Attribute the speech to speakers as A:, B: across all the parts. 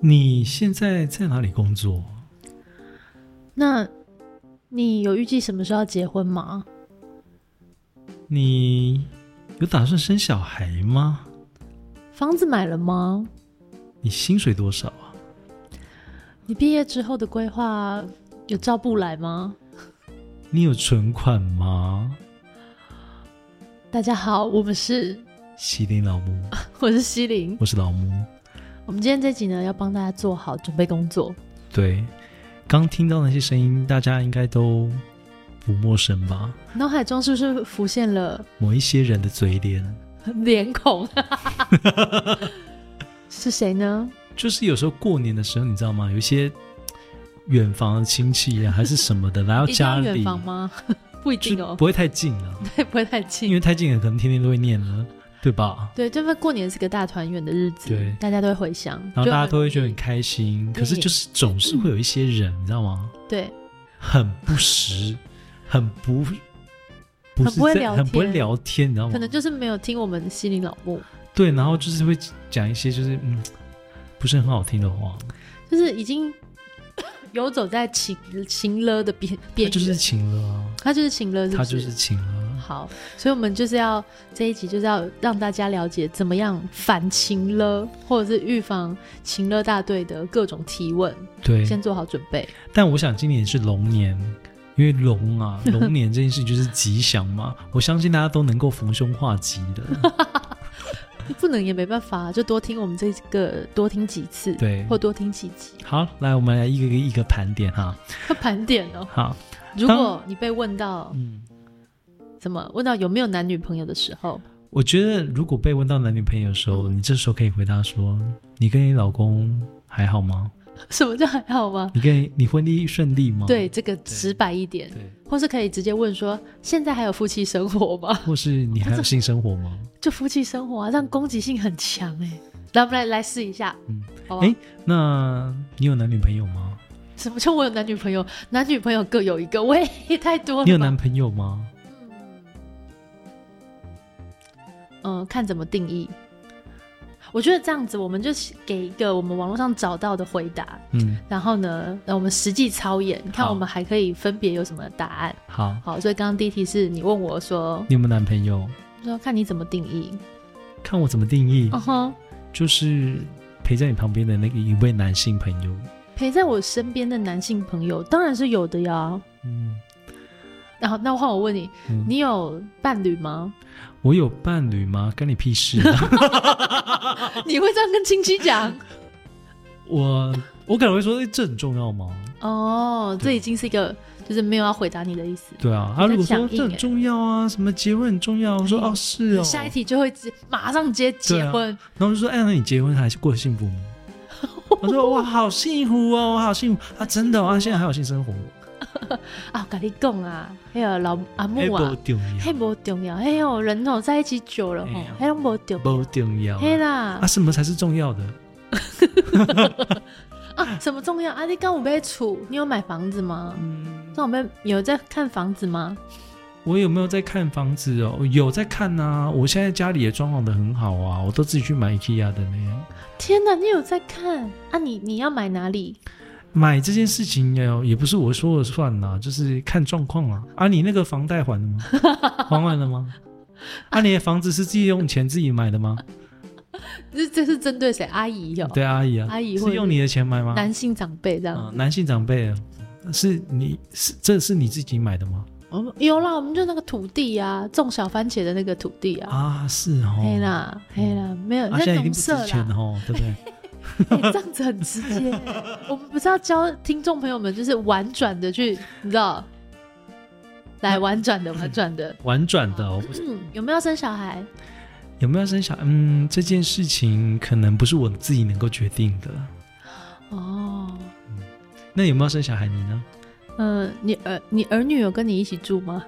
A: 你现在在哪里工作？
B: 那你有预计什么时候要结婚吗？
A: 你有打算生小孩吗？
B: 房子买了吗？
A: 你薪水多少啊？
B: 你毕业之后的规划有照不来吗？
A: 你有存款吗？
B: 大家好，我们是
A: 西林老母，
B: 我是西林，
A: 我是老母。
B: 我们今天这集呢要帮大家做好准备工作。
A: 对，刚听到那些声音，大家应该都不陌生吧？
B: 脑海中是不是浮现了
A: 某一些人的嘴脸，
B: 脸孔？ 是谁呢？
A: 就是有时候过年的时候，你知道吗？有一些嘖远房的亲戚啊，还是什么的来到
B: 一定
A: 家
B: 要
A: 里
B: 远，房吗？不一定
A: 就
B: 哦，
A: 不会太近了，
B: 对，不会太
A: 因
B: 近。
A: 为太近了，可能天天都会念了，对吧？
B: 对，这份过年是个大团圆的日子，
A: 对
B: 大家都会回乡，
A: 然后
B: 就
A: 大家
B: 很嗯
A: 都会觉得很开心，
B: 对
A: 可是就是总是会有一些人，你知道吗？
B: 对，
A: 很不实，很不不
B: 很
A: 是
B: 不会
A: 在
B: 聊
A: 很不会
B: 天
A: 聊天，你知道吗？
B: 可能就是没有听我们西林老木，
A: 对，然后就是会讲一些就是嗯不是很好听的话，
B: 就是已经游走在情情了的边
A: 他
B: 边
A: 就是
B: 缘，
A: 情了啊，
B: 他就是情了，是不
A: 他就是情了。
B: 好，所以我们就是要这一集就是要让大家了解怎么样反情了，或者是预防情了大队的各种提问，
A: 对，
B: 先做好准备。
A: 但我想今年是龙年，因为龙 啊，龙年这件事就是吉祥嘛，我相信大家都能够逢凶化吉 的。
B: 不能也没办法，就多听我们这个多听几次，
A: 对，
B: 或多听几集，
A: 好，来我们来一个一个盘点哈。
B: 盘点哦。
A: 好，
B: 如果你被问到
A: 嗯，
B: 怎么问到有没有男女朋友的时候，
A: 我觉得如果被问到男女朋友的时候，你这时候可以回答说：“你跟你老公还好吗？
B: 什么叫还好吗？
A: 你跟你婚姻顺利吗？”
B: 对，这个直白一点，
A: 对，
B: 或是可以直接问说，现在还有夫妻生活吗？
A: 或是你还有性生活吗？
B: 就夫妻生活啊，让攻击性很强哎、来，我们来来试一下，
A: 嗯
B: 好吧？
A: 哎那你有男女朋友吗？
B: 什么叫我有男女朋友？男女朋友各有一个，喂， 也太多了吧。
A: 你有男朋友吗？
B: 嗯、看怎么定义。我觉得这样子，我们就给一个我们网络上找到的回答，
A: 嗯，
B: 然后呢，呃我们实际操演，看
A: 好
B: 我们还可以分别有什么答案。
A: 好，
B: 好，所以刚刚第一题是你问我说，
A: 你有没有男朋友？
B: 说看你怎么定义。
A: 看我怎么定义。
B: 嗯哼，
A: 就是陪在你旁边的那个一位男性朋友，
B: 陪在我身边的男性朋友当然是有的呀。
A: 嗯，
B: 然后，那换我问你，
A: 嗯
B: 你有伴侣吗？
A: 我有伴侣吗？干你屁事、啊！
B: 你会这样跟亲 戚讲？
A: 我我可能会说，欸这很重要吗？
B: 哦，这
A: 对
B: 已经是一个就是没有要回答你的意思。
A: 对啊，他
B: 在
A: 如果
B: 讲
A: 说
B: 硬
A: 这很
B: 欸
A: 重要啊，什么结婚很重要，我说
B: 哎
A: 哦是哦，
B: 下一题就会直马上接结婚，
A: 然后我就说，哎，那你结婚还是过得幸 福吗？我说哇，好幸福哦，我好幸福啊，真的、哦、啊，现在还有性生活，
B: 啊，跟你讲啊，还有老阿
A: 哎
B: 母
A: 不
B: 啊，
A: 重要
B: 嘿，不重要，嘿哦，人哦在一起久了
A: 哎
B: 吼
A: 呀，
B: 嘿拢无重
A: 不
B: 要，
A: 重要
B: 嘿
A: 啊，
B: 啦
A: 啊什么才是重要的？
B: 啊，什么重要啊？你刚有买厝，你有买房子吗？
A: 嗯，
B: 那我们有在看房子吗？
A: 我有没有在看房子哦？有在看呐、我现在家里也装潢的很好啊，我都自己去买 IKEA 的呢。
B: 天哪，你有在看啊？你你要买哪里？
A: 买这件事情也也不是我说了算呐、就是看状况啊。啊，你那个房贷还了吗？ 还完了吗？啊，你的房子是自己用钱自己买的吗？
B: 这这是针对谁？阿姨有、
A: 对，啊阿姨啊，
B: 阿姨或者
A: 是用你的钱买吗？
B: 男性长辈这样
A: 啊、男性长辈啊，是你是这是你自己买的吗？
B: 我们有啦，我们就那个土地啊，种小番茄的那个土地啊，
A: 啊，是哦。
B: 黑啦黑啦，没有
A: 啊，现在
B: 那
A: 已经
B: 农
A: 不值
B: 舍
A: 钱
B: 啦
A: 了，哦，对不对？
B: 哎这样子很直接。我们不是要教听众朋友们，就是婉转的去，你知道，来婉转的婉转的，
A: 婉转的、哦，
B: 嗯，有没有生小孩？
A: 有没有生小孩？嗯，这件事情可能不是我自己能够决定的。
B: 哦，
A: 那有没有生小孩？你呢？
B: 嗯，你儿你儿女有跟你一起 住吗？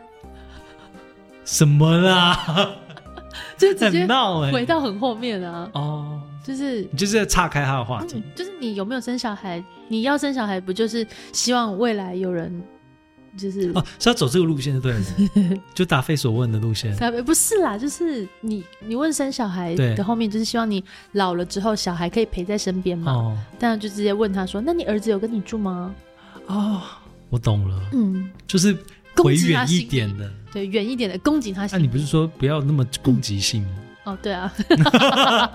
A: 什么啦？
B: 就直
A: 很
B: 接
A: 闹哎、
B: 回到很后面啊，
A: 哦，
B: 就是。
A: 你就是在岔开他的话题。
B: 嗯，就是你有没有生小孩？你要生小孩，不就是希望未来有人就是
A: 哦、是要走这个路线就对 了，就答非所问的路线。
B: 才呃不是啊啦，就是你你问生小孩
A: 对
B: 的后面，就是希望你老了之后小孩可以陪在身边嘛。
A: 哦
B: 当然就直接问他说：“那你儿子有跟你住吗
A: 哦，我懂了？”，
B: 嗯，
A: 就是
B: 攻
A: 回
B: 击他
A: 远一
B: 心
A: 点的。
B: 对，远一点的攻击他
A: 那、
B: 心。
A: 你不是说不要那么攻击性吗？
B: 哦，对啊，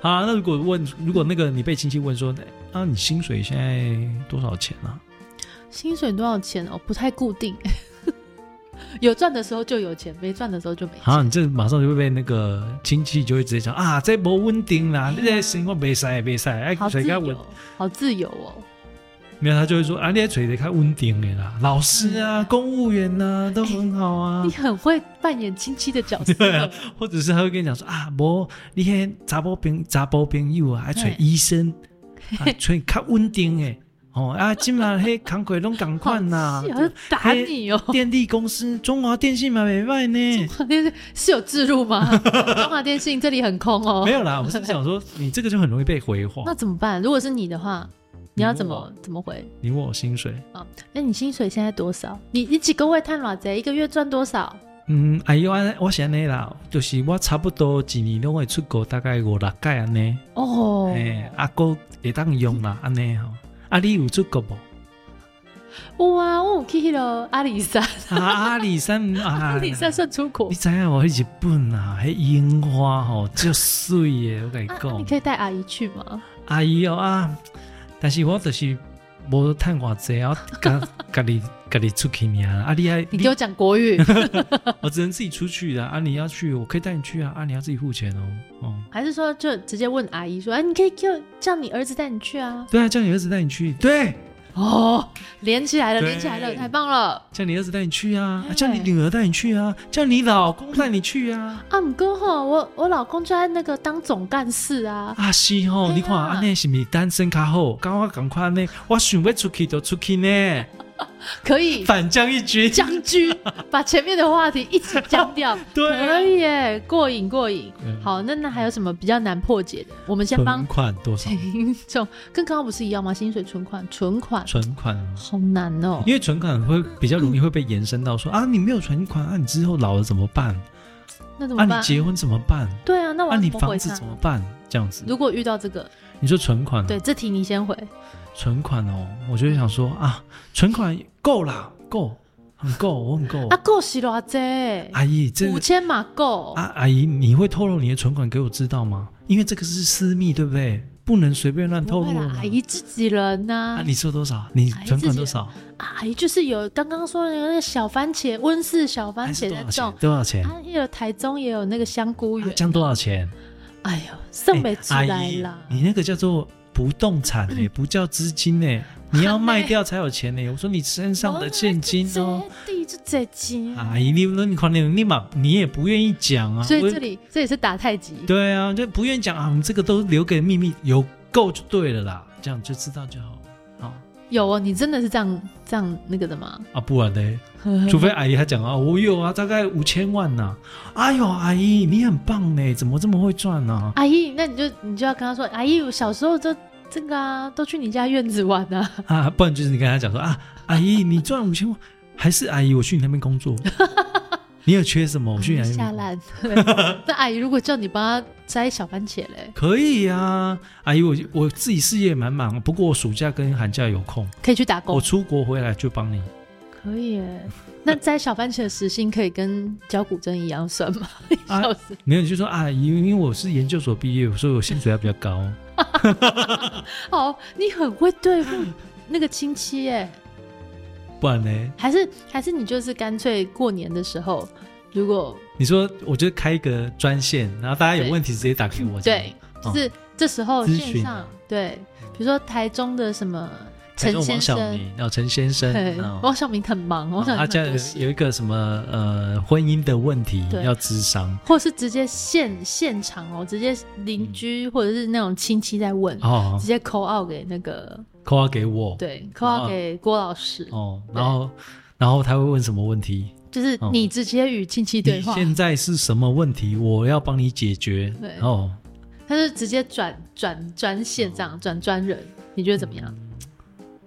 A: 好啊，那如果问，如果那个你被亲戚问说，那、啊、你薪水现在多少钱啊？
B: 薪水多少钱哦？不太固定， 有赚的时候就有钱，没赚的时候就没钱。
A: 啊，你这马上就会被那个亲戚就会直接讲啊，这不稳定啦，你这生活没晒没晒，哎，
B: 哎好
A: 谁
B: 自
A: 该稳
B: 由？，好自由哦！
A: 没有，他就会说啊，你这得看稳定的啦，老师
B: 嗯
A: 啊，公务员呐、都很好啊
B: 你。很会扮演亲戚的角色，哦
A: 对啊或者是他会跟你讲说啊，无你迄查甫朋查甫朋友啊，爱找
B: 嘿
A: 医 生，啊，找较稳定的哦啊，今 晚迄工课拢共款啦
B: 好，气好像打
A: 嘿
B: 你哦！
A: 电力公司中华电信嘛袂歹呢。
B: 电视是有置入 吗？中华电信这里很空哦
A: 没。有啦，我是想说，你这个就很容易被回话
B: 那。怎么办？如果是你的话，你要怎么
A: 啊
B: 怎么回？
A: 你问我薪水，
B: 那你薪水现在多少？你你几个月探偌贼？一个月赚多少？
A: 嗯，哎呦，安我是安尼啦，就是我差不多一年拢会出国大概五六届安尼，
B: 哦，
A: 哎、啊，哥会当用啦安尼吼。啊，你有出国无？
B: 有啊，我有去迄个阿里山，
A: 啊，阿里山啊，
B: 阿里山算出国
A: 你知影我去日本啊，迄樱花吼、足水诶，我甲你
B: 啊
A: 讲。
B: 你可以带阿姨去吗？
A: 阿姨哦啊，但是我就是无趁偌济，我啊 家家己家己出去尔。啊，你爱
B: 你给我讲国 语，
A: 我只能自己出去的啊。你要去，我可以带你去啊。啊，你要自己付钱哦。哦，
B: 还是说就直接问阿姨说，哎，你可以叫叫你儿子带你去啊？
A: 对啊，叫你儿子带你去，对，
B: 哦，连起来了，
A: 对
B: 连起来了，太棒了！
A: 叫你儿子带你去啊，啊
B: 哎
A: 叫你女儿带你去啊，叫你老公带你去啊。
B: 啊，唔过吼，我我老公就在那个当总干事啊，
A: 啊是吼、
B: 对啊
A: 你看安尼是毋是单身较好？跟我赶快呢，我想要出去就出去呢，
B: 可以
A: 反将一军。
B: 将军，把前面的话题一起将掉，
A: 对啊
B: 可以耶，过瘾过瘾。
A: 嗯
B: 好，那那还有什么比较难破解的？我们先帮
A: 存款多少？
B: 听众，跟刚刚不是一样吗？薪水存款，存款
A: 存款啊，
B: 好难哦。
A: 因为存款会比较容易会被延伸到说啊，你没有存款啊，你之后老了怎么办？
B: 那怎
A: 啊，
B: 么
A: 你
B: 办？
A: 结婚怎么办？
B: 对啊，那我
A: 啊，
B: 要
A: 你
B: 怎么
A: 房
B: 回
A: 子
B: 他？
A: 怎么办？这样子，
B: 如果遇到这个，
A: 你说存款、啊，
B: 对这题你先回。
A: 存款哦，我就会想说啊，存款够啦，够，很够，我很够。
B: 啊，够是偌济，
A: 阿姨，哦啊这
B: 五
A: 个
B: 千嘛够。
A: 啊，阿姨，你会透露你的存款给我知道吗？因为这个是私密，对不对？不能随便乱透
B: 不
A: 露
B: 会
A: 的
B: 啦，
A: 嘛
B: 阿姨自己人呐、
A: 啊，
B: 啊
A: 你说多少？你
B: 阿姨
A: 存
B: 自
A: 款
B: 己
A: 多少？
B: 阿姨哎就是有刚刚说的那个小番茄，温室小番
A: 还是
B: 茄
A: 多
B: 那
A: 少钱
B: 种。？
A: 多少钱？
B: 啊，也有台中也有那个香菇园
A: 啊，这样多少钱？
B: 哎呦，送
A: 哎
B: 不出
A: 阿
B: 来
A: 姨
B: 啦。
A: 你那个叫做不动 产哎、不叫资金哎、你要卖掉才有钱哎、我说你身上的现金 哦，
B: 这地就这金，
A: 阿姨，你你可能你嘛你也不愿意讲啊，
B: 所以
A: 我
B: 这里这也是打太极。
A: 对啊，就不愿意讲啊，我们这个都留给秘密，有够就对了啦，这样就知道就好。好
B: 有哦，你真的是这样这样那个的吗？
A: 啊，不然呢？
B: 嗯
A: 除非阿姨她讲啊，我有啊，大概五千万呐、哎呦，阿姨你很棒呢，怎么这么会赚啊呢、
B: 阿姨，那你就你就要跟他说，阿姨，我小时候就这个啊，都去你家院子玩啊。
A: 啊，不然就是你跟他讲说啊，阿姨你赚五千万，还是阿姨我去你那边工 作，你有缺什么？我去你那边
B: 下
A: 工作。
B: 烂。那阿姨如果叫你帮她摘小番茄嘞，
A: 可以呀、啊，阿姨我我自己事业蛮忙，不过我暑假跟寒假有空，
B: 可以去打
A: 我
B: 工。
A: 出国回来就帮你。
B: 可以耶。 那摘小番茄的时薪可以跟教古筝一样算吗？
A: 啊
B: 笑死！
A: 没有你就说啊，阿姨因为我是研究所毕业，所以我薪水还比较高。
B: 哦，你很会对付那个亲戚耶。
A: 不然呢？
B: 还是还是你就是干脆过年的时候，如果
A: 你说我就开一个专线，然后大家有
B: 对嗯
A: 问题直接打给我。
B: 对，
A: 哦
B: 就是这时候
A: 咨
B: 线
A: 询
B: 上对，比如说台中的什么
A: 这样，
B: 陈
A: 还有
B: 先
A: 王小
B: 生，
A: 明，然后陈先生，哦
B: 对
A: 然，后
B: 王小明很忙，王小
A: 他
B: 明
A: 家
B: 很
A: 有
B: 多事，
A: 有一个什么呃婚姻的问题
B: 对
A: 要咨商
B: 或是直接现现场哦，直接邻居或者是那种亲戚在问，
A: 嗯哦
B: 直，接 call out 给那个
A: 扣号给我。
B: 对 call out 给郭老师，
A: 哦，
B: 对
A: 然后然后他会问什么问题？
B: 就是
A: 哦
B: 你直接与亲戚对
A: 你
B: 话，
A: 现在是什么问题？我要帮你解决。
B: 对
A: 哦，嗯
B: 他就直接转转专线这样转专人，你觉得怎么样？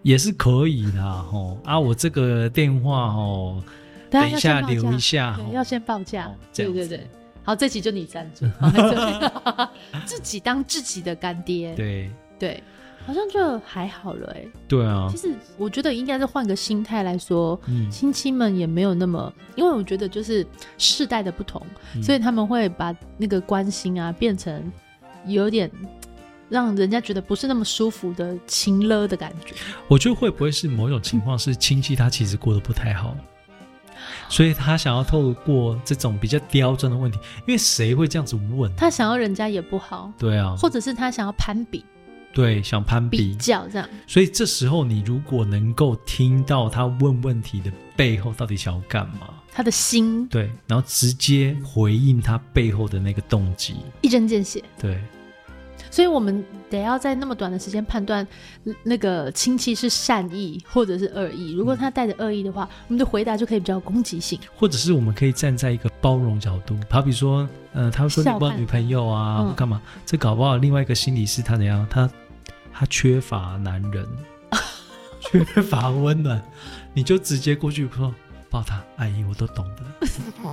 A: 也是可以的哦。啊，我这个电话哦，
B: 大
A: 等一
B: 家要先
A: 下
B: 报
A: 留一
B: 价
A: 下
B: 对，
A: 哦，
B: 要先报价
A: 哦，这
B: 对
A: 样
B: 对
A: 子
B: 对。好，这集就你赞 助， 放在这里自己当自己的干爹，
A: 对
B: 对，好像就还好了哎。
A: 对啊
B: 其，实我觉得应该是换个心态来说，
A: 嗯，
B: 亲戚们也没有那么，因为我觉得就是世代的不同，
A: 嗯
B: 所以他们会把那个关心啊变成有点让人家觉得不是那么舒服的情了的感觉。
A: 我觉得会不会是某种情况是亲戚他其实过得不太好，所以他想要透过这种比较刁钻的问题，因为谁会这样子问？
B: 他想要人家也不好，
A: 对啊，
B: 或者是他想要攀比
A: 对，想攀
B: 比
A: 比，
B: 较这样。
A: 所以这时候你如果能够听到他问问题的背后到底想要干嘛，
B: 他的心
A: 对，然后直接回应他背后的那个动机，
B: 一针见血，
A: 对，
B: 所以我们得要在那么短的时间判断呃那个亲戚是善意或者是恶意。如果他带着恶意的话，我们的回答就可以比较有攻击性。
A: 或者是我们可以站在一个包容角度，好比说，呃，他说你
B: 笑
A: 不
B: 看
A: 女朋友啊，
B: 嗯
A: 或干嘛？这搞不好另外一个心理是他怎样，他他缺乏男 人，缺乏温暖，你就直接过去说抱他，阿姨我都懂的，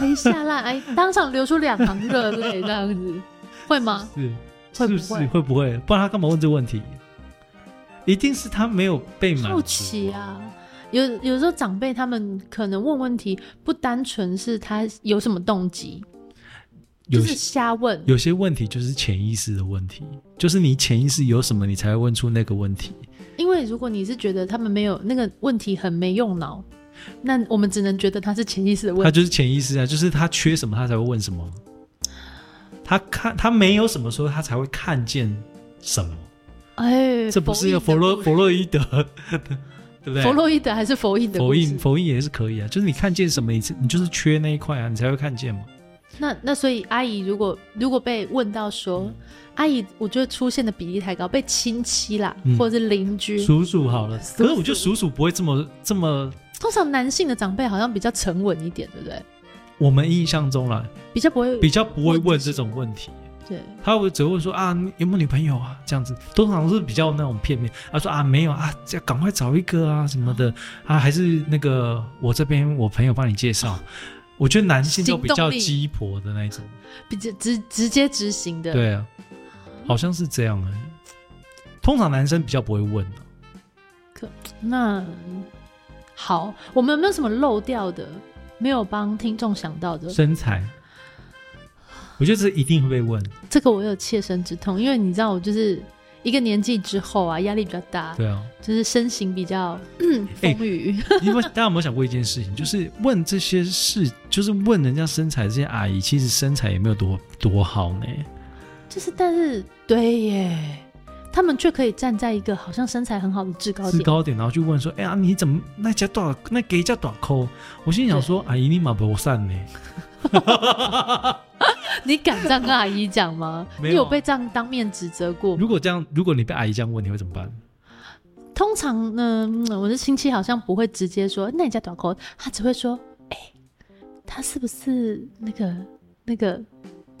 B: 哎，下烂，哎，当场流出两行热泪，这 样子会吗？
A: 是
B: 会
A: 是不
B: 不会
A: 是会不会？不然他干嘛问这个问题？一定是他没有被满足、
B: 好奇，啊。有有时候长辈他们可能问问题，不单纯是他有什么动机，
A: 有
B: 就是瞎问。
A: 有些问题就是潜意识的问题，就是你潜意识有什么，你才会问出那个问题。
B: 因为如果你是觉得他们没有那个问题很没用脑，那我们只能觉得他是潜意识的问
A: 他
B: 题。
A: 就是潜意识啊，就是他缺什么，他才会问什么。他看他没有什么时候，他才会看见什么。
B: 哎，
A: 这不是一个
B: 佛
A: 弗
B: 印的
A: 洛
B: 故事
A: 弗洛伊德， 对不对？
B: 弗洛伊德还是佛印的
A: 佛
B: 故事
A: 印佛印也是可以啊，就是你看见什么，你是你就是缺那一块啊，你才会看见嘛。
B: 那那所以阿姨如果如果被问到说，
A: 嗯
B: 阿姨我觉得出现的比例太高，被亲戚啦、
A: 嗯
B: 或者是邻居，
A: 叔叔好了，
B: 叔
A: 可是我觉得叔叔不会这么这么，
B: 通常男性的长辈好像比较沉稳一点，对不对？
A: 我们印象中啦，
B: 比较不会
A: 比较不会问这种问题。
B: 对，
A: 他会只会说啊，你有没有女朋友啊？这样子，通常是比较那种片面。他说啊，没有啊，这赶快找一个啊什么的啊，还是那个我这边我朋友帮你介绍。我觉得男性都比
B: 行
A: 较
B: 动力
A: 鸡婆的那一种，
B: 比较直直接执行的。
A: 对啊，好像是这样哎、通常男生比较不会问哦的、
B: 那好，我们有没有什么漏掉的？没有帮听众想到的，
A: 身材，我觉得这一定会被问。
B: 这个我有切身之痛，因为你知道我就是一个年纪之后啊，压力比较大，
A: 对啊，
B: 就是身形 比较嗯
A: 哎
B: 丰腴。
A: 因为大家有没有想过一件事情，就是问这些事，就是问人家身材，这些阿姨其实身材也没有多多好呢。
B: 就是，但是对耶，他们却可以站在一个好像身材很好的制高
A: 制
B: 点。
A: 高点，然后去问说：“哎、呀，你怎么那家多少那给家多少扣？”我心里想说：“阿姨，你马不善呢
B: 你敢这样跟阿姨讲吗？
A: 没
B: 你
A: 有啊
B: 有被这样当面指责？”过吗？
A: 如果这样，如果你被阿姨这样问，你会怎么办？
B: 通常呢，嗯我的亲戚好像不会直接说哎那你家短裤，他只会说，哎、他是不是那个那个？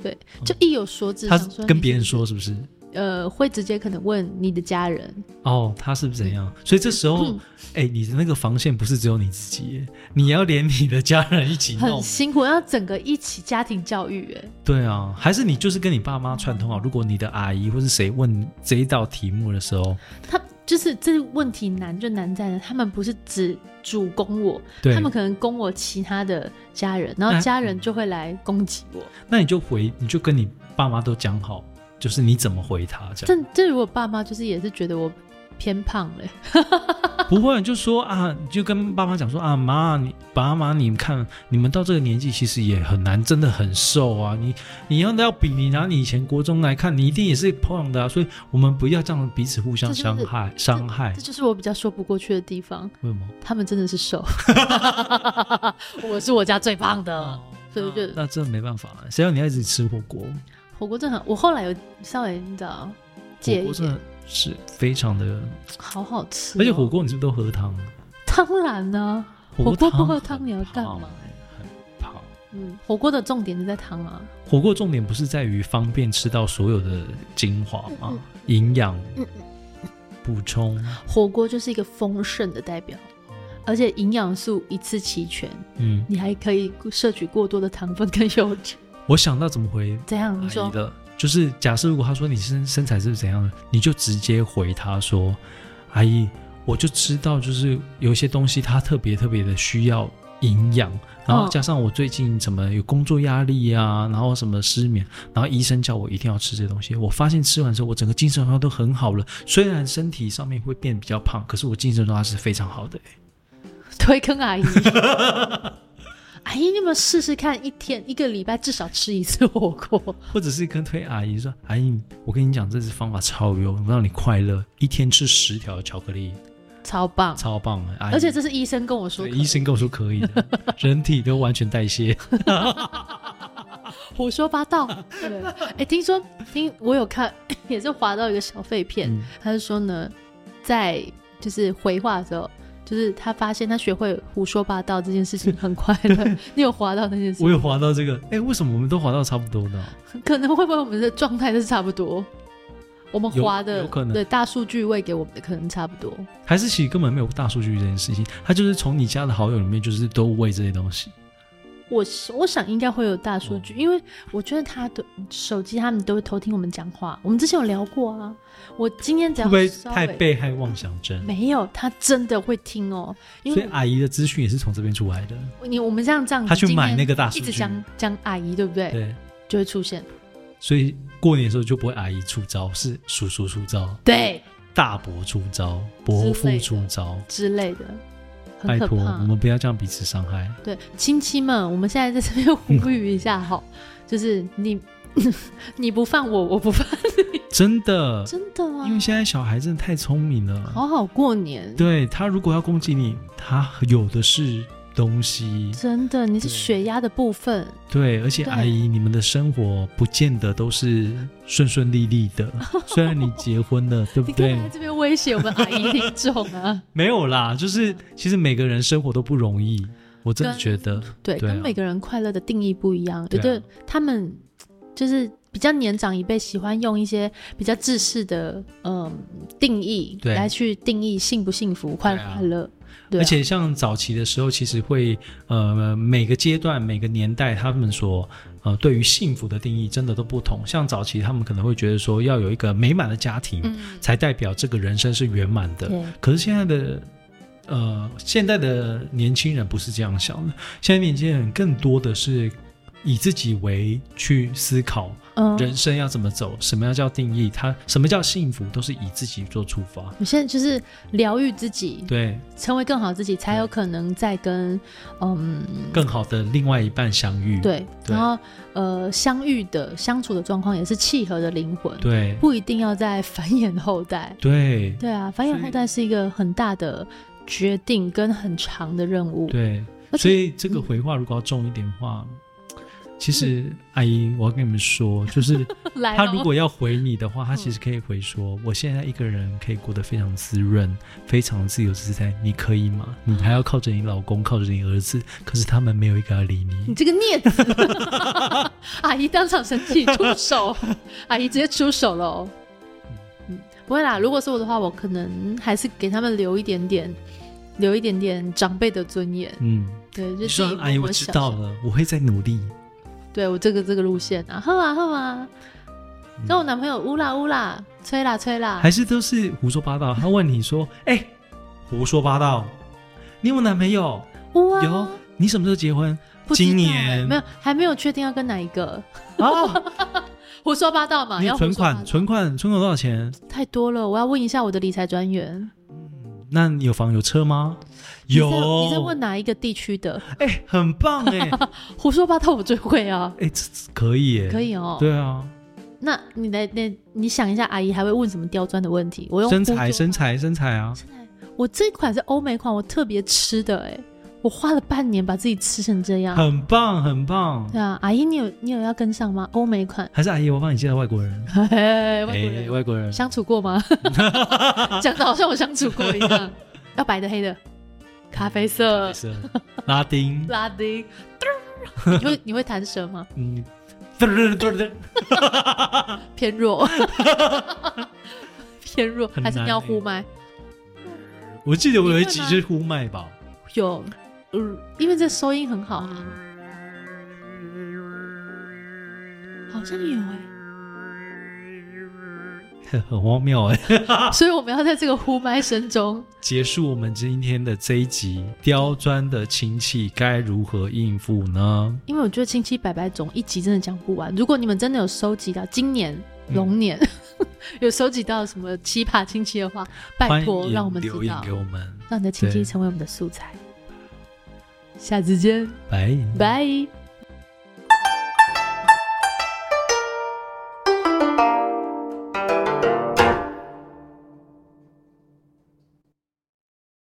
B: 对，就一有所指，
A: 哦他
B: 想说
A: 跟
B: 你
A: 别人
B: 是不
A: 说是不是？
B: 是，呃，会直接可能问你的家人，
A: 哦，他是不是怎样？所以这时候
B: 嗯，
A: 哎、你的那个防线不是只有你自己耶，你要连你的家人一起
B: 很
A: 弄。
B: 辛苦，要整个一起家庭教育，哎，
A: 对啊，还是你就是跟你爸妈串通好。如果你的阿姨或是谁问这一道题目的时候，
B: 他就是这问题难就难在呢，他们不是只主攻我，
A: 对
B: 他，们可能攻我其他的家人，然后
A: 哎
B: 家人就会来攻击我。
A: 那你就回，你就跟你爸妈都讲好，就是你怎么回他这样。
B: 这这如果爸妈就是也是觉得我偏胖嘞，
A: 不会，就说啊，你就跟爸妈讲说啊，妈，你爸妈，你们看，你们到这个年纪其实也很难，真的很瘦啊。你你要要比你拿你以前国中来看，你一定也是胖的啊。所以我们不要这样彼此互相
B: 这是
A: 伤
B: 不是
A: 害，伤害
B: 这。就是我比较说不过去的地方。
A: 为什么？
B: 他们真的 是瘦，我是我家最胖的。
A: 嗯
B: 所以我觉得
A: 那那真的没办法了，谁让你要一直吃火锅？
B: 火锅真的很，我后来有稍微你知道
A: 火
B: 戒一
A: 锅真
B: 点，
A: 的是非常的，
B: 好好吃哦、
A: 而且火锅你是不是都喝汤？啊
B: 当然呢、火锅不喝汤你要干
A: 很胖？
B: 嘛
A: 欸很胖。
B: 嗯，火锅的重点就在汤啊。
A: 火锅重点不是在于方便吃到所有的精华吗？营养补充，
B: 火锅就是一个丰盛的代表，而且营养素一次齐全，
A: 嗯，
B: 你还可以摄取过多的糖分跟油脂。
A: 我想到怎么回
B: 这样
A: 阿
B: 你
A: 姨
B: 说
A: 的，就是假设如果她说你身身材是怎样的，你就直接回她说，阿姨，我就知道就是有一些东西它特别特别的需要营养，然后
B: 嗯
A: 加上我最近怎么有工作压力啊，然后什么失眠，然后医生叫我一定要吃这东西，我发现吃完之后我整个精神状态都很好了，虽然身体上面会变比较胖，可是我精神状态是非常好的、
B: 推坑阿姨， 阿姨，你有没有试试看，一天一个礼拜至少吃一次火锅？
A: 或者是跟推阿姨说：“阿姨，我跟你讲，这次方法超有用，让你快乐，一天吃十条巧克力，
B: 超棒！
A: 超棒的。”阿姨，
B: 而且这是医生跟我说
A: 对
B: 的，
A: 医生跟我说可以的， 人体都完全代谢。
B: 胡说八道。对，哎、听说听我有看， 也是划到一个小废片，
A: 嗯
B: 他是说呢，在就是回话的时候，就是他发现他学会胡说八道这件事情很快 乐。你有划到那件事
A: 我？有滑到这个，哎、为什么我们都滑到差不多哦呢？
B: 可能会不会我们的状态是差不多？我们
A: 有
B: 划的
A: 有可能
B: 对大数据喂给我们的可能差不多。
A: 还是其实根本没有大数据这件事情，他就是从你加的好友里面，就是都喂这些东西。
B: 我是我想应该会有大数
A: 嗯
B: 据，因为我觉得他的手机他们都会偷听我们讲话。我们之前有聊过啊，我今天只
A: 会
B: 要
A: 不会
B: 稍
A: 太
B: 微
A: 被害妄想症？
B: 没有，他真的会听哦，因
A: 所以
B: 为
A: 阿姨的资讯也是从这边出来的，
B: 你我们这样这样，
A: 她去买那
B: 个
A: 个大数
B: 一直
A: 据。
B: 讲讲阿姨，对不对？
A: 对，
B: 就会出现
A: 所以过年的时候就不会阿姨出招，是叔叔出招。
B: 对
A: 大伯出招，伯父出招，
B: 之类的，
A: 拜
B: 很可
A: 托，
B: 怕
A: 我。们不要这样彼此伤害。
B: 对亲戚们，我们现在在这边呼吁一下哈， 就是你 你不犯我，我不 犯，
A: 真的，
B: 真的啊
A: 因，为现在小孩真的太聪明了。
B: 好好过年，
A: 对他如果要攻击你，他有的是东西。
B: 真的，你是
A: 对
B: 血压的部分。
A: 对，而且
B: 对
A: 阿姨，你们的生活不见得都是顺顺利利的。 虽然你结婚了，对不
B: 你干
A: 对
B: 嘛？在这边威胁我们阿姨听众啊？
A: 没有啦，就是其实每个人生活都不容易。我真的觉得，
B: 对，
A: 对啊
B: 跟每个人快乐的定义不一样，
A: 对
B: 有
A: 啊
B: 的他们就是比较年长一辈喜欢用一些比较制式的嗯定义
A: 对
B: 来去定义幸不幸福、快不
A: 对啊
B: 快乐。对啊
A: 而且像早期的时候，其实会呃每个阶段、每个年代，他们所呃对于幸福的定义真的都不同。像早期他们可能会觉得说要有一个美满的家庭，
B: 嗯，
A: 才代表这个人生是圆满的。
B: 对，
A: 可是现在的呃现在的年轻人不是这样想的，现在年轻人更多的是。以自己为去思考
B: 嗯，
A: 人生要怎么走，什么样叫定义，它什么叫幸福，都是以自己做出发。
B: 我现在就是疗愈自己，
A: 对，
B: 成为更好自己，才有可能再跟嗯
A: 更好的另外一半相遇。
B: 对，
A: 对
B: 然后呃相遇的相处的状况也是契合的灵魂，
A: 对
B: 不一定要在繁衍后代。
A: 对
B: 对啊，繁衍
A: 所
B: 后
A: 以
B: 代是一个很大的决定跟很长的任务。
A: 对，
B: 而
A: 所
B: 且嗯
A: 以这个回话如果要重一点的话，其实阿姨，我要跟你们说，就是
B: 来哦
A: 他如
B: 咯
A: 果要回你的话，他其实可以回说：“
B: 嗯
A: 我现在一个人可以过得非常滋润，非常自由自在，你可以吗？你还要靠着你老公，靠着你儿子，可是他们没有一个要理
B: 你
A: 你。
B: 这个 孽子， 阿姨当场生气 出手，阿姨直接出手了哦。嗯，不会啦，如果是我的话，我可能还是给他们留一点点，留一点点长辈的尊严。”
A: 嗯，
B: 对，就
A: 你
B: 自己
A: 说阿姨，
B: 默默
A: 我知
B: 享
A: 道
B: 受。
A: 了，我会再努力。
B: 对我这个这个路线啊，喝啊喝啊，
A: 嗯
B: 跟我男朋友乌啦乌啦，吹啦吹啦
A: 啊还，是都是胡说八道。他问你说：“哎、胡说八道，你有没有男朋友？
B: 乌啊，
A: 有，你什么时候结婚？
B: 不知道啊
A: 今年
B: 没有，还没有确定要跟哪一个。
A: 啊，
B: 胡说八 道嘛，
A: 你
B: 要胡
A: 存
B: 说八
A: 款
B: 道
A: 存款存款多少钱？
B: 太多了，我要问一下我的理财专员。
A: 那你有房有车吗？
B: 你在
A: 有。
B: 你在问哪一个地区的？
A: 哎、很棒哎、哎、
B: 胡说八道我最会啊，
A: 这这可以耶、
B: 可以哦。
A: 对啊，
B: 那你来，那你想一下，阿姨还会问什么刁钻的问题？我用
A: 身
B: 胡
A: 材
B: 说
A: 身材身材啊，
B: 身材，我这款是欧美款，我特别吃的哎、我花了半年把自己吃成这样。
A: 很棒很棒。
B: 对啊，阿姨，你有你有要跟上吗？欧美款，
A: 还是阿姨，我帮你介绍外国人。
B: 嘿嘿外国
A: 哎
B: 人、
A: 外国人，
B: 相处过 吗？讲的好像我相处过一样。要白的黑的，咖啡色
A: 白，色拉 丁，
B: 拉丁，嘚儿你会你会弹舌吗？
A: 嗯，对对对对，
B: 偏弱， 偏弱，
A: 很
B: 还是你
A: 难
B: 要
A: 欸
B: 呼麦？
A: 我记得我有一
B: 你
A: 集
B: 会吗
A: 是呼麦吧，
B: 有，呃，因为这收音很好啊，好像有哎、啊
A: 很荒谬哎、
B: 所以我们要在这个呼麦声中，
A: 结束我们今天的这一集，刁钻的亲戚该如何应付呢？
B: 因为我觉得亲戚百百种一集真的讲不完。如果你们真的有收集到今年龙年、
A: 嗯
B: 有收集到什么奇葩亲戚的话，拜
A: 欢
B: 托
A: 迎
B: 让我们知
A: 留言
B: 道
A: 给，我们，
B: 让你的亲戚
A: 对
B: 成为我们的素材。下次见，
A: 拜。
B: 拜。